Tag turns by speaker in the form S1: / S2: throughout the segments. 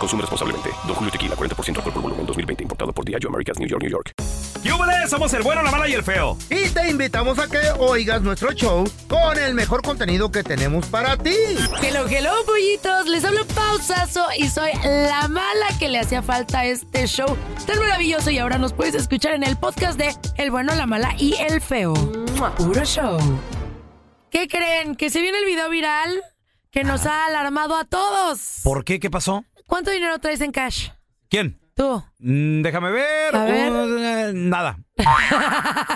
S1: Consume responsablemente. Don Julio Tequila, 40% alcohol por volumen, 2020. Importado por Diageo Americas, New York, New York.
S2: ¡Yúbele! Somos el bueno, la mala y el feo.
S3: Y te invitamos a que oigas nuestro show con el mejor contenido que tenemos para ti.
S4: Hello, hello, pollitos. Les hablo pausazo y soy la mala que le hacía falta a este show tan maravilloso. Y ahora nos puedes escuchar en el podcast de El bueno, la mala y el feo. Puro show. ¿Qué creen? ¿Que se viene el video viral que nos ha alarmado a todos?
S2: ¿Por qué? ¿Qué pasó?
S4: ¿Cuánto dinero traes en cash?
S2: ¿Quién?
S4: Tú.
S2: Mm, déjame ver.
S4: A ver.
S2: Uh, nada.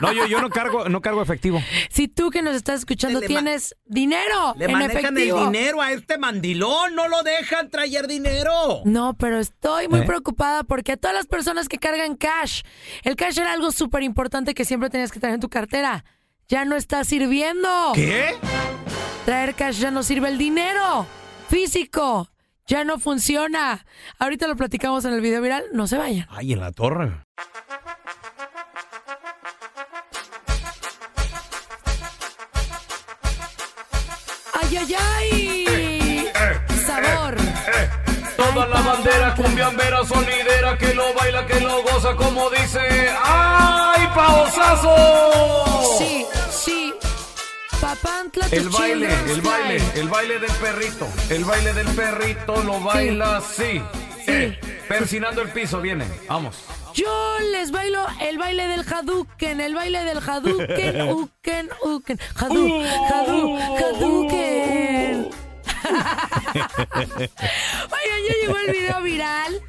S2: No, yo, yo no cargo, no cargo efectivo.
S4: Si tú que nos estás escuchando
S5: Le ma-
S4: tienes dinero
S5: Le
S4: en
S5: manejan
S4: efectivo.
S5: el dinero a este mandilón, no lo dejan traer dinero.
S4: No, pero estoy muy
S2: ¿Eh?
S4: preocupada porque a todas las personas que cargan cash, el cash era algo súper importante que siempre tenías que traer en tu cartera. Ya no está sirviendo.
S2: ¿Qué?
S4: Traer cash ya no sirve el dinero. Físico. Ya no funciona. Ahorita lo platicamos en el video viral. No se vayan.
S2: Ay, en la torre.
S4: ¡Ay, ay,
S6: Eh,
S4: ay! Sabor.
S6: Toda la bandera cumbiambera sonidera que lo baila, que lo goza, como dice ¡Ay, pausazo!
S4: Sí, sí. Papantla
S6: Oh.
S4: to
S6: El baile,
S4: children's
S6: el baile,
S4: cry.
S6: el baile del perrito. El baile del perrito lo baila así. eh, persinando el piso, viene. Vamos.
S4: Yo les bailo el baile del Hadouken, el baile del Hadouken, Uken, Uken.
S2: Uh.
S4: Hadou, Hadou, Hadouken. Oigan, ya llegó el video viral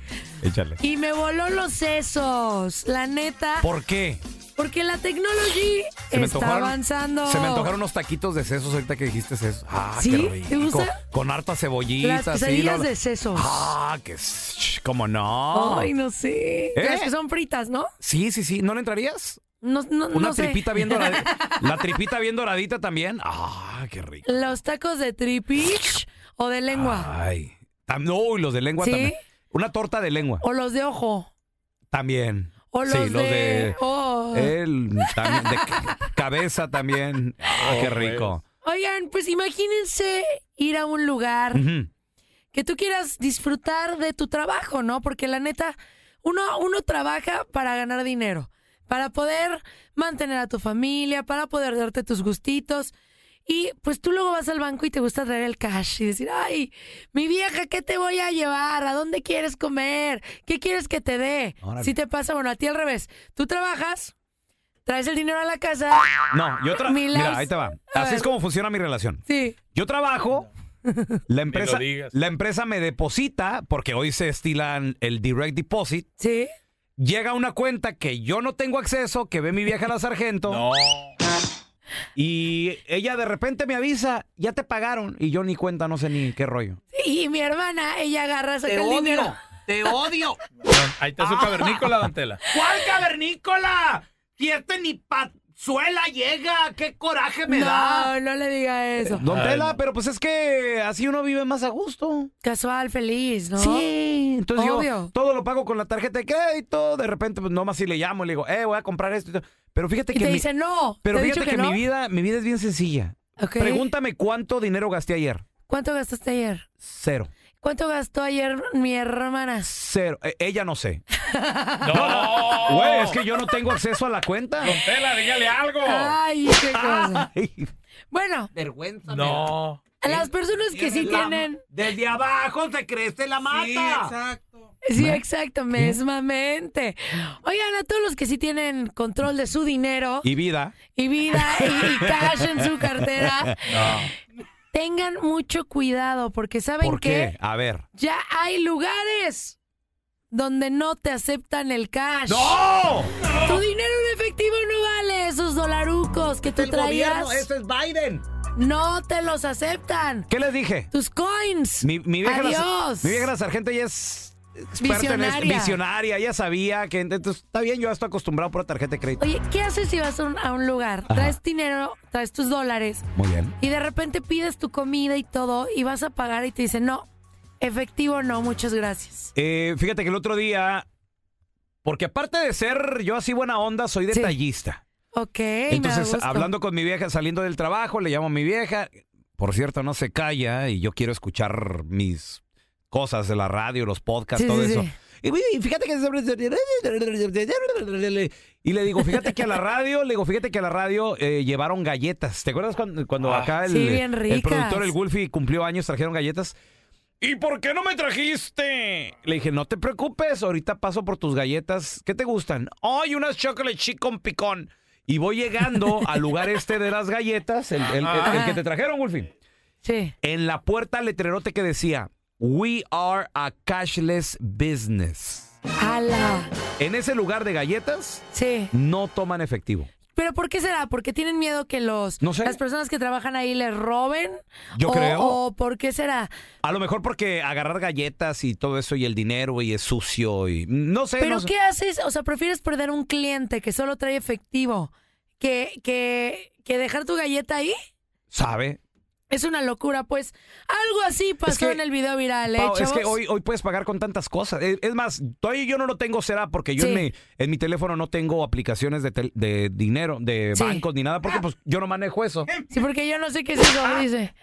S2: Échale.
S4: y me voló los sesos. La neta,
S2: ¿Por qué?
S4: porque la tecnología está
S2: antojaron-
S4: avanzando.
S2: Se me antojaron unos taquitos de sesos ahorita que dijiste sesos. Ah,
S4: ¿Sí?
S2: qué rico.
S4: ¿Te gusta?
S2: Con harta cebollita.
S4: Las
S2: así,
S4: quesadillas
S2: lo-
S4: de sesos.
S2: Ah, que... s- ¿Cómo no?
S4: Ay, no sé.
S2: ¿Eh?
S4: Las que son fritas, ¿no?
S2: Sí, sí, sí. ¿No le entrarías?
S4: No, no,
S2: Una
S4: no sé.
S2: tripita bien doradita. La tripita bien doradita también. Ah, qué rico.
S4: Los tacos de tripich o de lengua.
S2: Ay. Tam- No, y los de Ah, lengua
S4: ¿Sí?
S2: también. Una torta de lengua.
S4: O los de ojo.
S2: También.
S4: O los
S2: sí, los
S4: de...
S2: de... eh.
S4: oh.
S2: El, también, de ca- cabeza también. Ah, qué rico.
S4: Oigan, pues imagínense ir a un lugar
S2: Ujú.
S4: que tú quieras disfrutar de tu trabajo, ¿no? Porque la neta, uno, uno trabaja para ganar dinero, para poder mantener a tu familia, para poder darte tus gustitos. Y pues tú luego vas al banco y te gusta traer el cash y decir, ay, mi vieja, ¿qué te voy a llevar? ¿A dónde quieres comer? ¿Qué quieres que te dé?
S2: Órale.
S4: Si te pasa, bueno, a ti al revés. Tú trabajas, traes el dinero a la casa.
S2: No, yo otra.
S4: Milhouse.
S2: Mira, ahí te va.
S4: A
S2: Así
S4: ver.
S2: es como funciona mi relación.
S4: Sí.
S2: Yo trabajo, la empresa,
S6: digas.
S2: la empresa me deposita, porque hoy se estilan el direct deposit.
S4: Sí.
S2: Llega una cuenta que yo no tengo acceso, que ve mi vieja la sargento. Y ella de repente me avisa, ya te pagaron. Y yo ni cuenta, no sé ni qué rollo.
S4: Y mi hermana, ella agarra, saca
S5: Te
S4: el
S5: odio,
S4: dinero.
S5: te odio.
S7: Ahí está su cavernícola, Dantela.
S5: ¿Cuál cavernícola? Si este ni pazuela llega, qué coraje me da.
S4: No, no le diga eso.
S2: Don Tela, pero pues es que así uno vive más a gusto.
S4: Casual, feliz, ¿no?
S2: Sí, mí. Entonces yo
S4: Obvio.
S2: todo lo pago con la tarjeta de crédito. De repente, pues nomás si le llamo, le digo, eh, voy a comprar esto. Pero fíjate
S4: Y
S2: que.
S4: te
S2: mi-
S4: dice no.
S2: pero
S4: ¿Te he
S2: fíjate
S4: dicho
S2: que,
S4: que no?
S2: mi vida, mi vida es bien sencilla.
S4: Ok.
S2: Pregúntame cuánto dinero gasté ayer.
S4: ¿Cuánto gastaste ayer?
S2: Cero.
S4: ¿Cuánto gastó ayer mi hermana?
S2: Cero. Eh, ella no sé.
S7: ¡No!
S2: Güey, es que yo no tengo acceso a la cuenta.
S7: Tela, dígale algo.
S4: Ay, qué cosa.
S2: Ay,
S4: Bueno,
S5: Vergüenza.
S7: No.
S4: a las personas que sí tienen.
S5: Desde abajo se crece la mata.
S4: Sí, exacto, mesmamente. Oigan, a todos los que sí tienen control de su dinero
S2: y vida.
S4: y vida y, y cash en su cartera, tengan mucho cuidado porque saben
S2: ¿Por
S4: que
S2: qué? A ver.
S4: ya hay lugares donde no te aceptan el cash.
S2: ¡No!
S4: Tu dinero en efectivo no vale esos dolarucos que tú
S5: El gobierno,
S4: traías.
S5: ese es Biden.
S4: No te los aceptan.
S2: ¿Qué les dije?
S4: Tus coins.
S2: Mi, mi vieja, la,
S4: Adiós.
S2: mi vieja la sargento ya es experta en esto,
S4: Visionaria.
S2: visionaria, ya sabía que entonces está bien, yo ya estoy acostumbrado por la tarjeta de crédito.
S4: Oye, ¿qué haces si vas a un, a un lugar? Traes dinero, traes tus dólares
S2: Muy bien.
S4: y de repente pides tu comida y todo y vas a pagar y te dicen, no, efectivo no, muchas gracias.
S2: Eh, fíjate que el otro día, porque aparte de ser yo así buena onda, soy
S4: Sí.
S2: detallista.
S4: Ok, me da
S2: Entonces,
S4: gusto.
S2: hablando con mi vieja, saliendo del trabajo, le llamo a mi vieja. Por cierto, no se calla y yo quiero escuchar mis cosas de la radio, los podcasts,
S4: Sí,
S2: todo
S4: sí,
S2: eso.
S4: sí.
S2: Y güey, Y fíjate que... Y le digo, fíjate que a la radio, le digo, fíjate que a la radio eh, llevaron galletas. ¿Te acuerdas cuando, cuando acá el,
S4: Ah, sí, bien
S2: el
S4: ricas.
S2: productor, el Wolfie, cumplió años, trajeron galletas? ¿Y por qué no me trajiste? Le dije, no te preocupes, ahorita paso por tus galletas. ¿Qué te gustan? ¡Ay, unas chocolate chip con picón! Y voy llegando al lugar este de las galletas, el, el- el- el que te trajeron, Wolfie.
S4: Sí.
S2: En la puerta letrerote que decía, We are a cashless business.
S4: Ala.
S2: En ese lugar de galletas
S4: Sí.
S2: no toman efectivo.
S4: ¿Pero por qué será? ¿Porque tienen miedo que los
S2: No sé.
S4: las personas que trabajan ahí les roben?
S2: Yo
S4: ¿O-
S2: creo.
S4: ¿O por qué será?
S2: A lo mejor porque agarrar galletas y todo eso y el dinero y es sucio y no sé.
S4: ¿Pero
S2: no sé.
S4: qué haces? O sea, ¿prefieres perder un cliente que solo trae efectivo que, que, que dejar tu galleta ahí?
S2: ¿Sabe?
S4: Es una locura, pues. Algo así pasó
S2: que-
S4: en el video viral, ¿eh,
S2: Pao, es
S4: chavos?
S2: que hoy, hoy puedes pagar con tantas cosas. Es, es más, todavía yo no lo tengo, será porque yo en,
S4: Sí.
S2: mi, en mi teléfono no tengo aplicaciones de, tel- de dinero, de
S4: Sí.
S2: bancos ni nada, porque pues yo no manejo eso.
S4: Sí, porque yo no sé qué es eso,
S2: Ah.
S4: dice.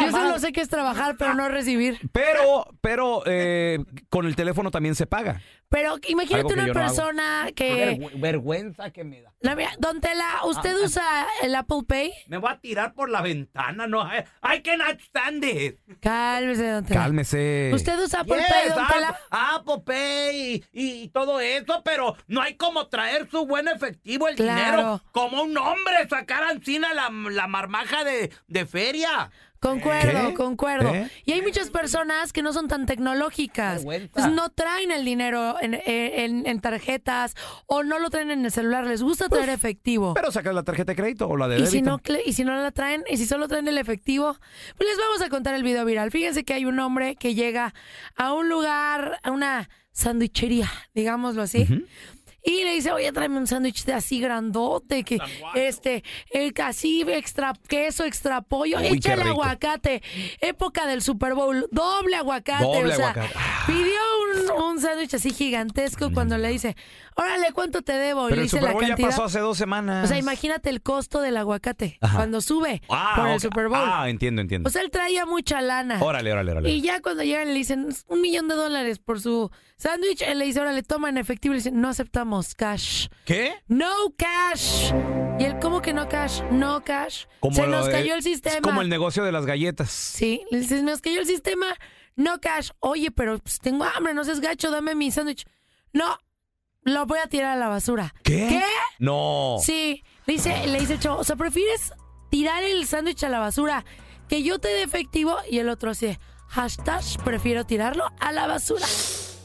S4: Yo solo sé que es trabajar, pero no recibir.
S2: Pero, pero eh, con el teléfono también se paga.
S4: Pero
S2: Algo
S4: imagínate
S2: que
S4: una
S2: yo no hago.
S4: persona que...
S5: Vergü- vergüenza que me da.
S4: La, mira, don Tela, ¿usted usa el Apple Pay?
S5: Me voy a tirar por la ventana, no. I, I cannot stand it.
S4: Cálmese, don Tela.
S2: Cálmese.
S4: ¿Usted usa Apple
S5: Yes,
S4: Pay, don
S5: ah,
S4: Tela?
S5: ah, Popeye, y, y todo eso, pero no hay como traer su buen efectivo, el
S4: Claro.
S5: dinero, como un hombre, sacar ancina la, la marmaja de, de feria.
S4: Concuerdo,
S2: ¿Qué?
S4: concuerdo.
S2: ¿Eh?
S4: Y hay muchas personas que no son tan tecnológicas.
S5: Vergüenza.
S4: Pues no traen el dinero en, eh, en- en tarjetas o no lo traen en el celular. Les gusta
S2: Pues,
S4: traer efectivo.
S2: Pero sacas la tarjeta de crédito o la de
S4: Y
S2: débito.
S4: si, no, cle- y si no la traen, y si solo traen el efectivo, pues les vamos a contar el video viral. Fíjense que hay un hombre que llega a un lugar, a una sandwichería, digámoslo así. Y le dice, oye, tráeme un sándwich de así grandote, que este, el así extra queso, extra pollo,
S2: Uy, qué
S4: échale
S2: rico.
S4: aguacate. Época del Super Bowl, doble aguacate.
S2: Doble
S4: o sea,
S2: aguacate. Ah.
S4: pidió un, un sándwich así gigantesco cuando le dice, órale, ¿cuánto te debo? y le
S2: Pero el
S4: dice
S2: Super Bowl
S4: la
S2: ya
S4: cantidad.
S2: pasó hace dos semanas.
S4: O sea, imagínate el costo del aguacate
S2: Ajá.
S4: cuando sube
S2: Ah,
S4: por el
S2: ok.
S4: Super Bowl.
S2: Ah, entiendo, entiendo.
S4: o sea, él traía mucha lana.
S2: órale, órale, órale.
S4: Y ya cuando llegan le dicen un millón de dólares por su sándwich, él le dice, ahora le toma en efectivo y le dicen, no aceptamos cash.
S2: ¿Qué?
S4: No cash. Y él, ¿cómo que no cash? No cash.
S2: Como
S4: Se
S2: lo
S4: nos
S2: de-
S4: cayó el
S2: es
S4: sistema.
S2: como el negocio de las galletas.
S4: Sí, le dice, se nos cayó el sistema. No cash. Oye, pero pues, tengo hambre, no seas gacho, dame mi sándwich. No, lo voy a tirar a la basura.
S2: ¿Qué?
S4: ¿Qué?
S2: No.
S4: Sí, le dice, le dice el chavo, o sea, prefieres tirar el sándwich a la basura que yo te dé efectivo y el otro así, de, hashtag, prefiero tirarlo a la basura.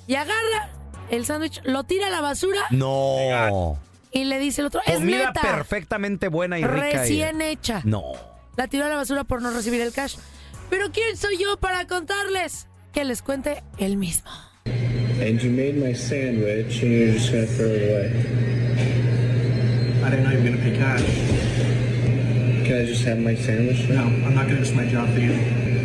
S4: Y agarra el sándwich, lo tira a la basura
S2: No.
S4: y le dice el otro, es
S2: Mm. Comida
S4: neta,
S2: perfectamente buena y rica. y-
S4: recién hecha.
S2: No.
S4: La tiró a la basura por no recibir el cash. Pero ¿quién soy yo para contarles? Que les cuente él mismo.
S8: And you made my sandwich and you're just gonna throw it away. I didn't know you were gonna pay cash. Can I just have my sandwich? No, I'm not gonna risk my job for you.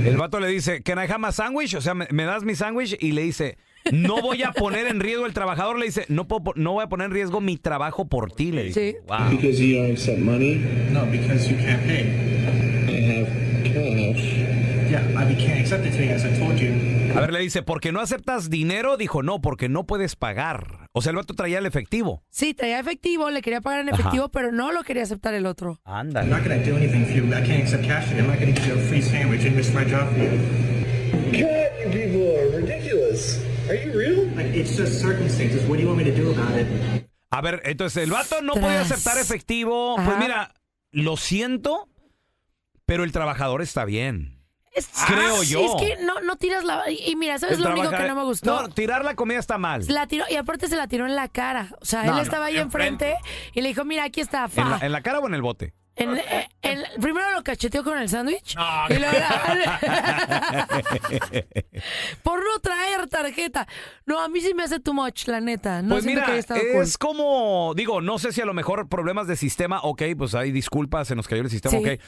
S2: El vato le dice, ¿Can I have my sandwich? O sea, me, me das mi sándwich y le dice, No voy a poner en riesgo el trabajador, le dice, no, puedo po- no voy a poner en riesgo mi trabajo por ti, le dice. Wow.
S8: Because you don't accept money? No, because you can't pay. I have cash. Yeah, I can't accept it today, as I told you.
S2: A ver, le dice, porque no aceptas dinero, dijo, no, porque no puedes pagar. O sea, el vato traía el efectivo.
S4: Sí, traía efectivo, le quería pagar en
S2: Ajá.
S4: efectivo, pero no lo quería aceptar el otro.
S8: I'm not gonna do anything for you. I can't accept cash today. I'm not gonna give you a free sandwich and risk my job for you. God, you people are ridiculous. Are you real? Like, it's just circumstances. What do you want me to do about it?
S2: A ver, entonces el vato no podía
S8: Tras.
S2: aceptar efectivo. Pues mira, lo siento, pero el trabajador está bien. Creo
S4: Sí,
S2: yo.
S4: es que no, no tiras la... Y y mira, ¿sabes
S2: El
S4: lo único
S2: trabajar-
S4: que no me gustó?
S2: No, tirar la comida está mal.
S4: La tiró, y aparte se la tiró en la cara. O sea,
S2: No,
S4: él
S2: no,
S4: estaba ahí enfrente y le dijo, mira, aquí está, fa.
S2: ¿En la, en la cara o en el bote?
S4: En- eh, en- primero lo cacheteó con el sándwich. y luego- por no traer tarjeta. No, a mí sí me hace too much, la neta. No
S2: pues
S4: siento
S2: mira,
S4: que haya estado cool.
S2: es como, digo, no sé si a lo mejor problemas de sistema, ok, pues hay disculpas, se nos cayó el sistema,
S4: Sí.
S2: ok.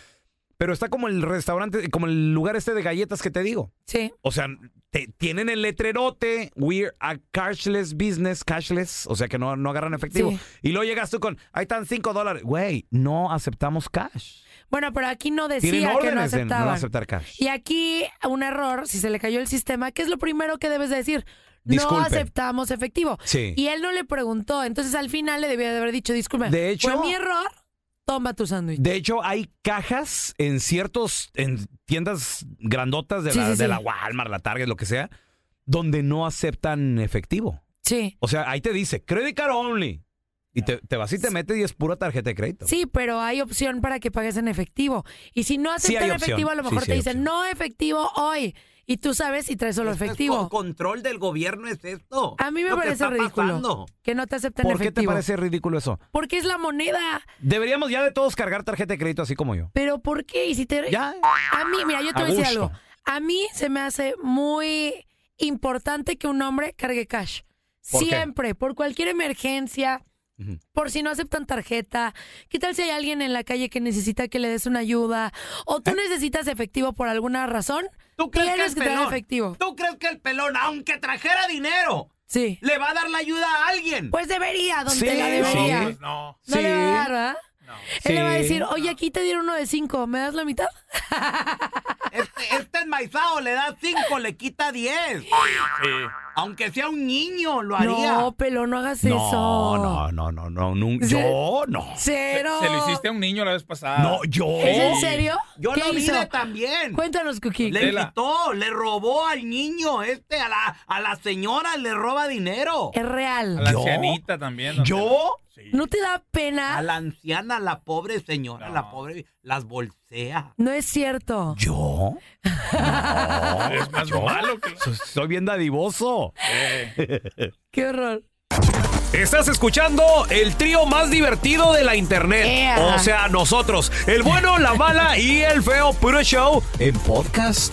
S2: Pero está como el restaurante, como el lugar este de galletas que te digo.
S4: Sí.
S2: O sea, te- tienen el letrerote, we're a cashless business, cashless, o sea que no, no agarran efectivo.
S4: Sí.
S2: Y luego llegas tú con, ahí están 5 dólares. Güey, no aceptamos cash.
S4: Bueno, pero aquí no
S2: Tienen
S4: decía que no
S2: órdenes de no
S4: aceptaban.
S2: aceptar cash.
S4: Y aquí un error, si se le cayó el sistema, ¿qué es lo primero que debes de decir? No
S2: Disculpen.
S4: aceptamos efectivo.
S2: Sí.
S4: Y él no le preguntó, entonces al final le debía de haber dicho, disculpa,
S2: De hecho-
S4: fue mi error, toma tu sándwich.
S2: De hecho, hay cajas en ciertos, en tiendas grandotas de,
S4: Sí,
S2: la,
S4: sí,
S2: de
S4: sí.
S2: la Walmart, la Target, lo que sea, donde no aceptan efectivo.
S4: Sí.
S2: O sea, ahí te dice, credit card only. Y te, te vas y te metes y es pura tarjeta de crédito.
S4: Sí, pero hay opción para que pagues en efectivo. Y si no
S2: Sí
S4: aceptan
S2: hay opción.
S4: efectivo, a lo
S2: Sí,
S4: mejor
S2: sí
S4: te
S2: hay
S4: dicen no efectivo hoy. Y tú sabes si traes solo efectivo.
S2: control del gobierno es esto.
S4: A mí me parece ridículo que no te acepten
S2: ¿Por qué te
S4: efectivo.
S2: parece ridículo eso?
S4: Porque es la moneda.
S2: Deberíamos ya de todos cargar tarjeta de crédito así como yo.
S4: Pero ¿por qué? Y si te...
S2: Ya.
S4: A mí, mira, yo te
S2: A
S4: voy a decir
S2: gusto.
S4: algo. A mí se me hace muy importante que un hombre cargue cash.
S9: ¿Por qué?
S4: Siempre, por cualquier emergencia, por si no aceptan tarjeta. ¿Qué tal si hay alguien en la calle que necesita que le des una ayuda? O tú necesitas efectivvo por alguna razón.
S5: ¿Tú crees que
S4: tienes
S5: el
S4: que tener
S5: pelón?
S4: efectivo.
S2: ¿Tú crees que el pelón, aunque trajera dinero,
S4: sí.
S2: le va a dar la ayuda a alguien?
S4: Pues debería, don
S5: Sí,
S4: Tela, debería.
S5: sí.
S4: No,
S5: Pues no.
S4: le va
S5: Sí.
S4: a dar, ¿verdad? Él le va a decir, oye, aquí te dieron uno de cinco, ¿me das la mitad?
S2: Este enmaizado le da 5, le quita 10. Aunque sea un niño, lo
S4: No, pelón, no hagas
S2: No,
S4: eso.
S2: no, no, no, no, nun-
S4: Sí.
S2: yo no.
S4: Cero.
S7: Se lo hiciste a un niño la vez pasada.
S5: Ah.
S2: No, yo.
S4: ¿Es en serio?
S2: Yo
S4: ¿Qué
S2: lo
S4: hizo?
S2: vine también.
S4: Cuéntanos, Cookie.
S2: Le
S5: quitó, le robó al niño este, a la, a la señora le roba dinero.
S4: Es real.
S7: A la ancianita también. don
S2: ¿Yo?
S4: ¿No te da pena?
S5: A la anciana, la pobre señora, la pobre, las bolsea.
S4: No es cierto.
S2: ¿Yo?
S7: es más malo que...
S2: So- Soy bien dadivoso.
S4: Qué horror.
S2: Estás escuchando el trío más divertido de la internet.
S4: Ea.
S2: O sea, nosotros, el bueno, la mala y el feo puro show en podcast.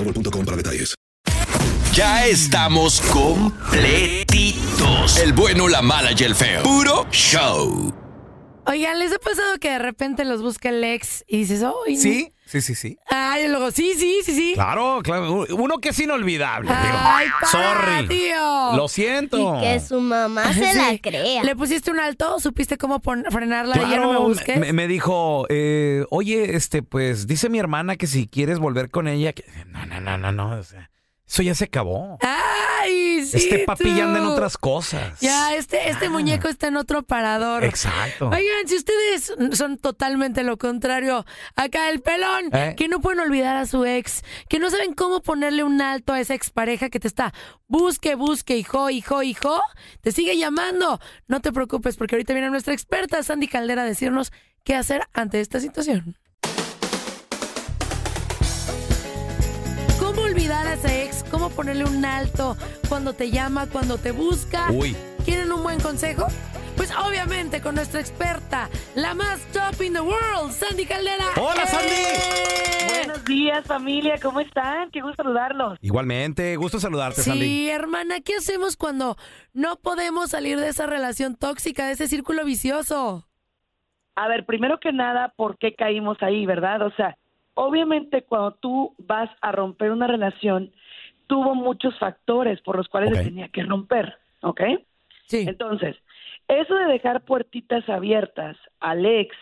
S9: para detalles.
S10: Ya estamos completitos. El bueno, la mala y el feo. Puro show.
S4: Oigan, ¿les ha pasado que de repente los busca el ex y dices, oh, y no"?
S2: Sí, sí, sí, sí.
S4: Ay, y luego, sí, sí, sí, sí.
S2: Claro, claro. Uno que es inolvidable. digo.
S4: Ay, pa,
S2: Sorry.
S4: tío.
S2: Lo siento.
S11: Y que su mamá se la
S4: Sí.
S11: crea.
S4: ¿Le pusiste un alto? ¿Supiste cómo pon- frenarla y ya no me
S2: Claro,
S4: busques?
S2: me- me dijo, eh, oye, este, pues dice mi hermana que si quieres volver con ella, que no, no, no, no, no, o sea, eso ya se acabó.
S4: Ay, Ah, sí.
S2: este papi ya anda en
S4: tú.
S2: otras cosas. Ah.
S4: Ya, este, este muñeco está en otro parador.
S2: Exacto.
S4: Oigan, si ustedes son totalmente lo contrario, acá el pelón,
S2: ¿Eh?
S4: que no pueden olvidar a su ex, que no saben cómo ponerle un alto a esa expareja que te está busque, busque, hijo, hijo, hijo, te sigue llamando. No te preocupes, porque ahorita viene nuestra experta, Sandy Caldera, a decirnos qué hacer ante esta situación. ¿Cómo olvidar a ese ex? ¿Cómo ponerle un alto cuando te llama, cuando te busca?
S2: Uy.
S4: ¿Quieren un buen consejo? Pues obviamente con nuestra experta, la más top in the world, Sandy Caldera. ¡Eh!
S2: ¡Hola,
S4: Sandy!
S12: Buenos días, familia. ¿Cómo están? Qué gusto saludarlos.
S2: Igualmente, gusto saludarte, Sandy.
S4: Sí, hermana, ¿qué hacemos cuando no podemos salir de esa relación tóxica, de ese círculo vicioso?
S12: A ver, primero que nada, ¿por qué caímos ahí, verdad? O sea, obviamente cuando tú vas a romper una relación, tuvo muchos factores por los cuales se tenía que romper, ¿ok?
S4: Sí.
S12: Entonces, eso de dejar puertitas abiertas al ex,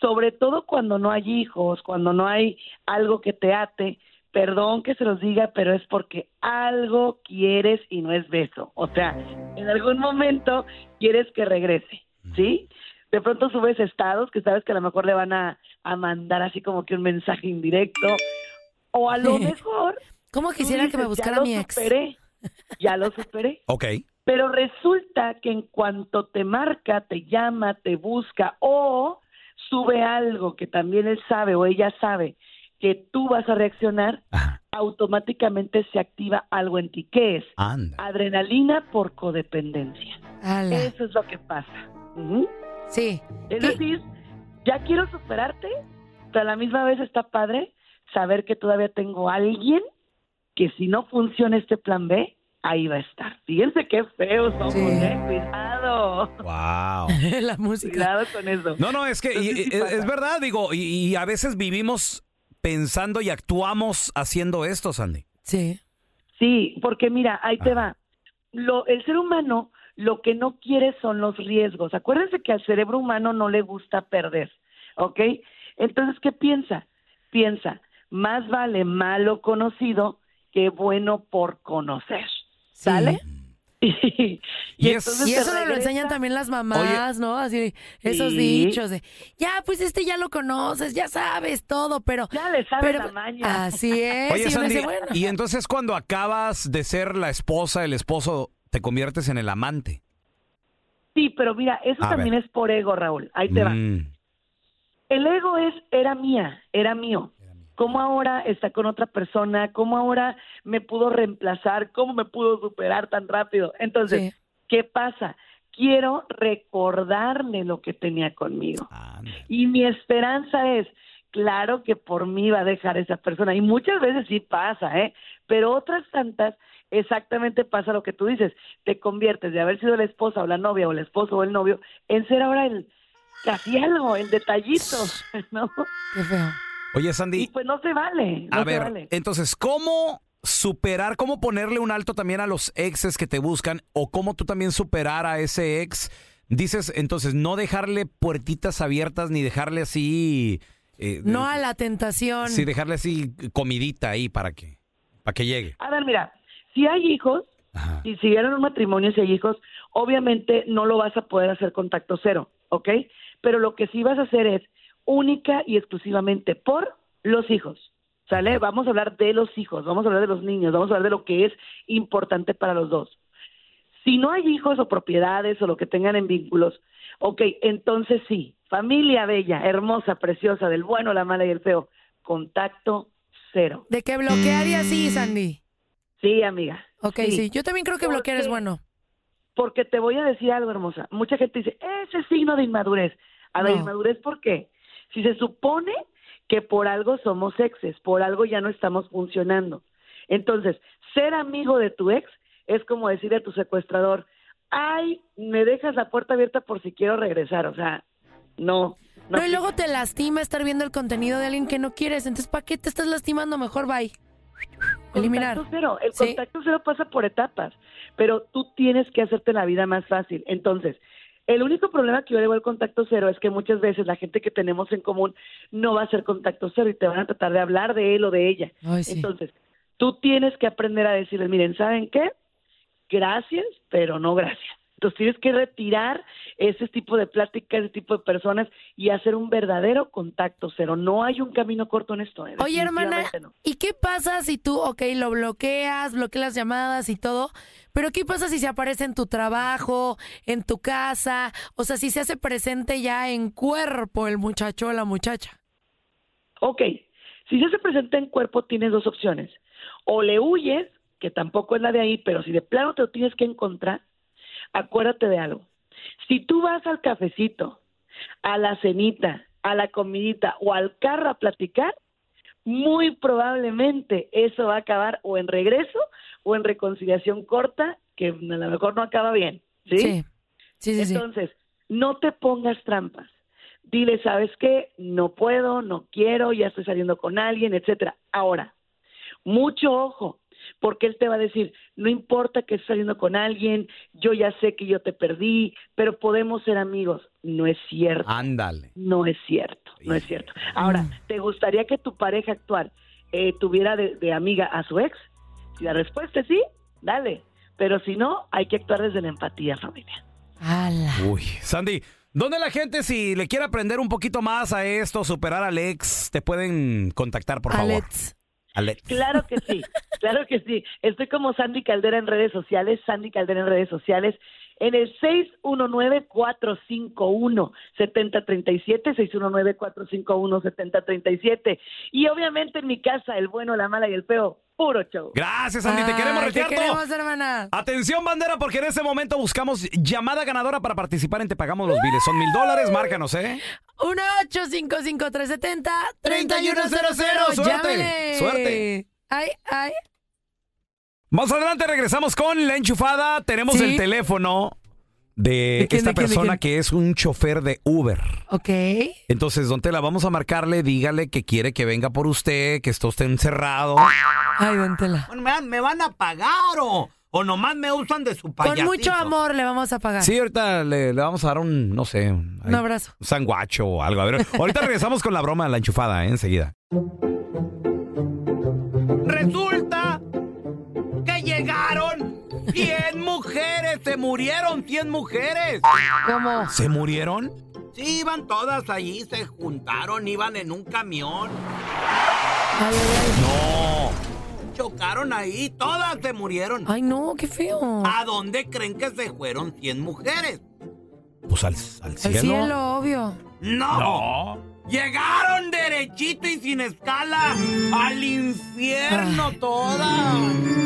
S12: sobre todo cuando no hay hijos, cuando no hay algo que te ate, perdón que se los diga, pero es porque algo quieres y no es beso. O sea, en algún momento quieres que regrese, ¿sí? De pronto subes estados que sabes que a lo mejor le van a, a mandar así como que un mensaje indirecto. O a lo mejor...
S4: ¿Cómo quisiera que me buscara mi ex?"
S12: Ya lo superé.
S2: Ok.
S12: Pero resulta que en cuanto te marca, te llama, te busca o sube algo que también él sabe o ella sabe que tú vas a reaccionar, automáticamente se activa algo en ti. ¿Qué es?
S2: Anda.
S12: Adrenalina por codependencia. Eso es lo que pasa. Ujú.
S4: Sí.
S12: Es decir, ya quiero superarte, pero a la misma vez está padre saber que todavía tengo alguien que si no funciona este plan B, ahí va a estar. Fíjense qué feos somos, ¿eh? Cuidado.
S2: Wow.
S4: La música.
S12: Cuidado con eso.
S2: No, no, es que y- y- es, es verdad, digo, y, y a veces vivimos pensando y actuamos haciendo esto, Sandy.
S4: Sí.
S12: Sí, porque mira, ahí
S4: Ah.
S12: te va. Lo, el ser humano lo que no quiere son los riesgos. Acuérdense que al cerebro humano no le gusta perder, ¿ok? Entonces, ¿qué piensa? Piensa, más vale malo conocido que bueno por conocer. ¿Sale? y,
S4: Y,
S12: entonces te
S4: eso nos lo
S12: regresa-
S4: enseñan también las mamás, ¿no? Así, esos
S12: Sí.
S4: dichos de, ya, pues este ya lo conoces, ya sabes todo, pero... Ya le
S12: sabes
S4: pero,
S12: la maña.
S4: Así
S12: Eh,
S4: es.
S2: Oye,
S4: y uno
S2: Sandy,
S4: dice, bueno,
S2: y entonces cuando acabas de ser la esposa, el esposo, te conviertes en el amante.
S12: Sí, pero mira, eso
S2: A
S12: también
S2: ver.
S12: es por ego, Raúl. Ahí te va.
S2: Mm,
S12: El ego es, era mía, era mío. ¿Cómo ahora está con otra persona? ¿Cómo ahora me pudo reemplazar? ¿Cómo me pudo superar tan rápido?
S4: pues,
S12: Entonces, ¿qué pasa? Quiero recordarle lo que tenía conmigo. Y mi esperanza es, claro que por mí va a dejar esa persona. Y muchas veces sí pasa, ¿eh? Pero otras tantas, exactamente pasa lo que tú dices. Te conviertes de haber sido la esposa o la novia o el esposo o el novio en ser ahora el casi algo, el detallito, ¿no?
S4: Qué feo.
S2: Oye, Sandy.
S12: Y pues no se vale. No
S2: a
S12: se
S2: ver,
S12: vale.
S2: entonces, ¿cómo superar, cómo ponerle un alto también a los exes que te buscan o cómo tú también superar a ese ex? Dices, entonces, no dejarle puertitas abiertas ni dejarle así... eh,
S4: no a la tentación.
S2: Sí, dejarle así comidita ahí para que, para que llegue.
S12: A ver, mira, si hay hijos,
S2: Ah.
S12: si siguieron un matrimonio, si hay hijos, obviamente no lo vas a poder hacer contacto cero, ¿ok? Pero lo que sí vas a hacer es única y exclusivamente por los hijos. ¿Sale? Vamos a hablar de los hijos, vamos a hablar de los niños, vamos a hablar de lo que es importante para los dos. Si no hay hijos o propiedades o lo que tengan en vínculos, ok, entonces sí, familia bella, hermosa, preciosa, del bueno, la mala y el feo, contacto cero.
S4: ¿De qué bloquearía sí, Sandy?
S12: Sí, amiga.
S4: Ok, sí. Yo también creo que bloquear es bueno.
S12: Porque te voy a decir algo, hermosa. Mucha gente dice, ese es signo de inmadurez. A ver,
S4: No.
S12: inmadurez, ¿por qué? Si se supone que por algo somos exes, por algo ya no estamos funcionando. Entonces, ser amigo de tu ex es como decirle a tu secuestrador, ay, me dejas la puerta abierta por si quiero regresar. O sea, no.
S4: No, y luego te lastima estar viendo el contenido de alguien que no quieres. Entonces, ¿para qué te estás lastimando? Mejor bye. Eliminar.
S12: Contacto cero. El contacto cero pasa por etapas, pero tú tienes que hacerte la vida más fácil. Entonces, el único problema que yo le veo al contacto cero es que muchas veces la gente que tenemos en común no va a ser contacto cero y te van a tratar de hablar de él o de ella.
S4: Ay, Pues sí.
S12: Entonces, tú tienes que aprender a decirles, miren, ¿saben qué? Gracias, pero no gracias. Entonces tienes que retirar ese tipo de pláticas, ese tipo de personas y hacer un verdadero contacto cero. No hay un camino corto en esto. eh,
S4: Oye, hermana,
S12: definitivamente no.
S4: ¿y qué pasa si tú, ok, lo bloqueas, bloqueas las llamadas y todo, pero qué pasa si se aparece en tu trabajo, en tu casa? O sea, si se hace presente ya en cuerpo el muchacho o la muchacha.
S12: Ok, si ya se presenta en cuerpo, tienes dos opciones. O le huyes, que tampoco es la de ahí, pero si de plano te lo tienes que encontrar, acuérdate de algo. Si tú vas al cafecito, a la cenita, a la comidita o al carro a platicar, muy probablemente eso va a acabar o en regreso o en reconciliación corta, que a lo mejor no acaba bien. ¿Sí?
S4: Sí. Sí, sí, sí.
S12: Entonces, no te pongas trampas. Dile, ¿sabes qué? No puedo, no quiero, ya estoy saliendo con alguien, etcétera. Ahora, mucho ojo, porque él te va a decir, no importa que estés saliendo con alguien, yo ya sé que yo te perdí, pero podemos ser amigos. No es cierto.
S4: Ah.
S2: Ándale.
S12: No es cierto, no es cierto.
S4: Mm.
S12: Ahora, ¿te gustaría que tu pareja actual eh, tuviera de, de amiga a su ex? Si la respuesta es sí, dale. Pero si no, hay que actuar desde la empatía, familia.
S2: Uy, Sandy, ¿dónde la gente si le quiere aprender un poquito más a esto, superar a Alex, te pueden contactar, por favor?
S4: Alex.
S2: Alex.
S12: Claro que sí, claro que sí. Estoy como Sandy Caldera en redes sociales, Sandy Caldera en redes sociales, en el 619-451-7037, 619-451-7037. Y obviamente en mi casa, el bueno, la mala y el feo, puro show.
S2: Gracias, Sandy, te queremos
S4: Ay,
S2: retear
S4: Te
S2: todo.
S4: queremos, hermana.
S2: Atención, bandera, porque en este momento buscamos llamada ganadora para participar en Te Pagamos los Biles. Son mil dólares, márcanos, ¿eh?
S4: 1 855 370
S2: 3100. Suerte, suerte.
S4: Ay, ay.
S2: Más adelante regresamos con la enchufada. Tenemos
S4: Sí.
S2: el teléfono de,
S4: ¿De quién,
S2: esta
S4: de quién, de
S2: persona
S4: quién?
S2: que es un chofer de Uber.
S4: Ok.
S2: Entonces, don Tela, vamos a marcarle, dígale que quiere que venga por usted, que está usted encerrado.
S4: Ay, don Tela.
S5: Bueno, ¿Me van, me van a pagar o, o nomás me usan de su
S4: Con
S5: payasito?
S4: mucho amor le vamos a pagar.
S2: Sí, ahorita le, le vamos a dar un, no sé, un,
S4: Un abrazo.
S2: un sanguacho o algo. A ver, ahorita regresamos con la broma de la enchufada, ¿eh? enseguida.
S5: Resulta que llegaron 100 mujeres, se murieron 100 mujeres.
S4: ¿Cómo?
S2: ¿Se murieron?
S5: Sí, iban todas allí, se juntaron, iban en un camión.
S2: No.
S5: Chocaron ahí, todas se murieron.
S4: Ay, no, qué feo.
S13: Ah,
S2: Ah.
S5: ¿A dónde creen que se fueron 100 mujeres?
S2: Pues al, al
S4: Al
S2: cielo.
S4: cielo, obvio.
S5: ¡No! Llegaron derechito y sin escala al infierno todas.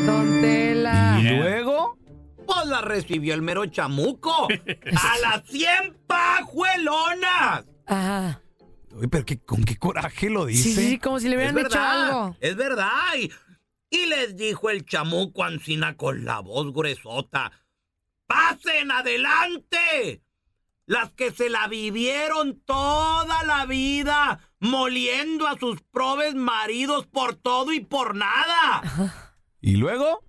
S4: Don Tela.
S2: ¿Y luego?
S5: Pues la recibió el mero chamuco. ¡A las 100 pajuelonas!
S4: Ajá.
S2: Uy, pero qué- con qué coraje lo dice.
S4: Sí, sí, sí, como si le hubieran
S5: es
S4: hecho
S5: verdad,
S4: algo.
S5: Es verdad. Y, y les dijo el chamuco Ancina con la voz gruesota. ¡Pasen adelante! Las que se la vivieron toda la vida moliendo a sus probes maridos por todo y por nada.
S2: ¿Y luego?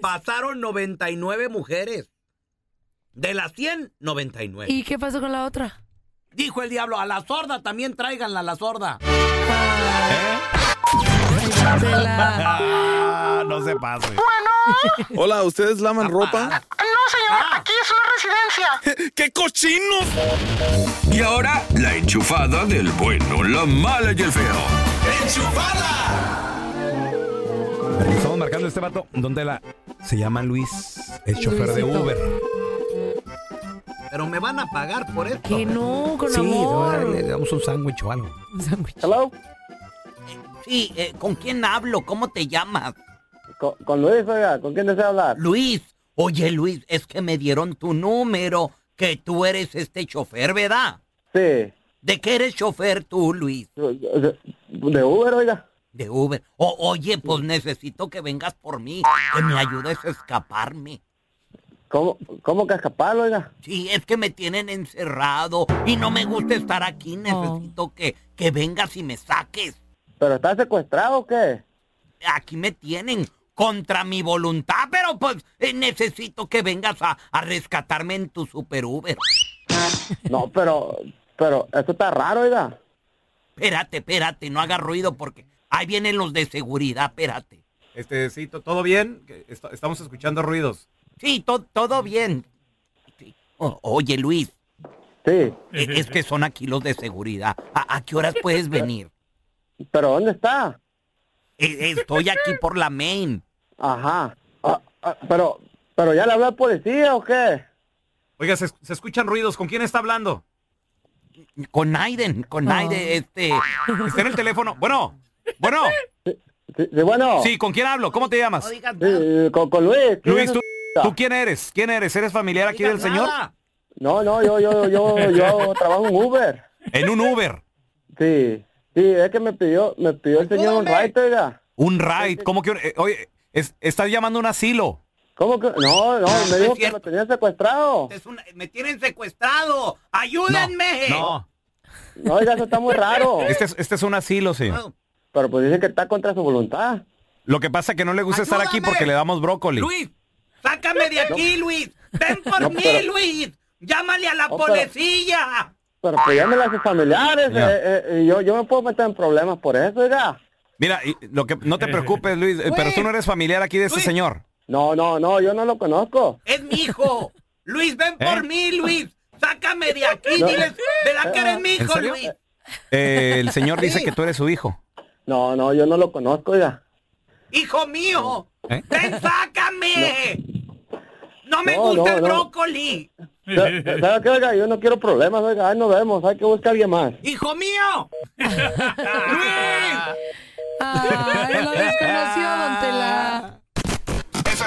S5: Pasaron 99 mujeres. De las 100, 99.
S4: ¿Y qué pasó con la otra?
S5: Dijo el diablo, a la sorda también tráiganla a la sorda.
S2: Ah, no se pase. Bueno. Hola, ¿ustedes lavan ropa?
S11: Ah. No,
S14: Ah.
S11: señor, aquí es una residencia.
S2: ¡Qué cochinos!
S14: Y ahora, la enchufada del bueno, la mala y el feo.
S11: ¡Enchufada!
S13: Estamos marcando este vato. ¿Dónde la.? Se llama Luis. Es chofer de
S2: Luisito.
S13: Uber.
S2: Pero me van a pagar por esto.
S4: Que no, con
S13: sí,
S4: amor.
S13: le damos un sándwich o algo.
S4: Un sándwich.
S2: Sí, eh, ¿con quién hablo? ¿Cómo te llamas?
S8: Con, Luis, oiga, ¿con quién desea hablar?
S2: Luis, oye Luis, es que me dieron tu número, que tú eres este chofer, ¿verdad?
S8: Sí.
S2: ¿De qué eres chofer tú, Luis?
S8: De, Uber, oiga.
S2: De Uber. O- oye, pues necesito que vengas por mí, que me ayudes a escaparme.
S8: ¿Cómo, cómo que escapar, oiga?
S2: Sí, es que me tienen encerrado y no me gusta estar aquí. Necesito que, que vengas y me saques.
S8: ¿Pero está secuestrado o qué?
S2: Aquí me tienen contra mi voluntad, pero pues eh, necesito que vengas a, a rescatarme en tu super Uber.
S8: No, pero, pero, esto está raro, oiga.
S2: Espérate, espérate, no hagas ruido porque ahí vienen los de seguridad, espérate.
S7: Este, sí, to- ¿todo bien? Que est- Estamos escuchando ruidos.
S2: Sí, to- todo bien. Sí. O- oye, Luis.
S8: Sí.
S2: E-, Es que son aquí los de seguridad. ¿A, a qué horas puedes venir? E,
S8: ¿Pero dónde está?
S2: Estoy aquí por la main.
S8: Ajá. Ah, ah, pero, pero ya le habló al policía o qué?
S7: Oiga, se, se escuchan ruidos. ¿Con quién está hablando?
S2: Con Aiden, con Aiden, este.
S7: Está en el teléfono. Bueno, bueno.
S8: Sí, sí, bueno.
S7: Sí, ¿con quién hablo? ¿Cómo te llamas?
S8: Sí, con, con Luis. ¿quién
S7: Luis,
S8: es
S7: ¿tú,
S8: esa?
S7: tú quién eres? ¿Quién eres? ¿Eres familiar aquí del señor?
S8: No, no, yo, yo, yo, yo trabajo en Uber.
S7: En un Uber.
S8: Sí. Sí, es que me pidió, me pidió el señor un ride, oiga.
S13: Un ride. ¿Cómo que.? un- eh, Oye, es- estás llamando a un asilo.
S8: ¿Cómo que.? No, no, me dijo que lo tenía secuestrado.
S2: Me tienen secuestrado. Ayúdenme.
S13: No.
S8: No, oiga, eso está muy raro.
S13: Este es, este es un asilo, señor.
S8: Pero pues dicen que está contra su voluntad.
S13: Lo que pasa es que no le gusta estar aquí porque le damos brócoli.
S2: Luis, sácame de aquí, Luis. Ven por
S13: No,
S2: mí,
S13: pero-
S2: Luis. Llámale a la
S8: No, pero-
S2: policía.
S8: Pero pues llámela a sus familiares.
S13: Ya.
S8: eh, eh, eh, yo, yo me puedo meter en problemas por eso, oiga.
S13: Mira, y lo que no te preocupes, Luis, eh, pero tú no eres familiar aquí de este señor.
S8: No, no, no, yo no lo conozco.
S2: Es mi hijo. Luis, ven
S13: ¿Eh?
S2: por mí, Luis. Sácame de aquí.
S8: No. Ah.
S2: Diles, ¿verdad que eres mi
S13: ¿En
S2: hijo,
S13: serio?
S2: Luis?
S13: Eh, el señor dice que tú eres su hijo.
S8: No, no, yo no lo conozco, oiga.
S2: Hijo mío.
S13: ¿Eh?
S2: Ven, sácame. No, me
S8: No,
S2: gusta
S8: no,
S2: el
S8: no.
S2: brócoli.
S8: Sa- ¿Sabes qué, oiga? Yo no quiero problemas, oiga. Ahí nos vemos. Hay que buscar a alguien más.
S2: ¡Hijo mío!
S4: Ay, lo desconoció, don Tela.
S13: Eso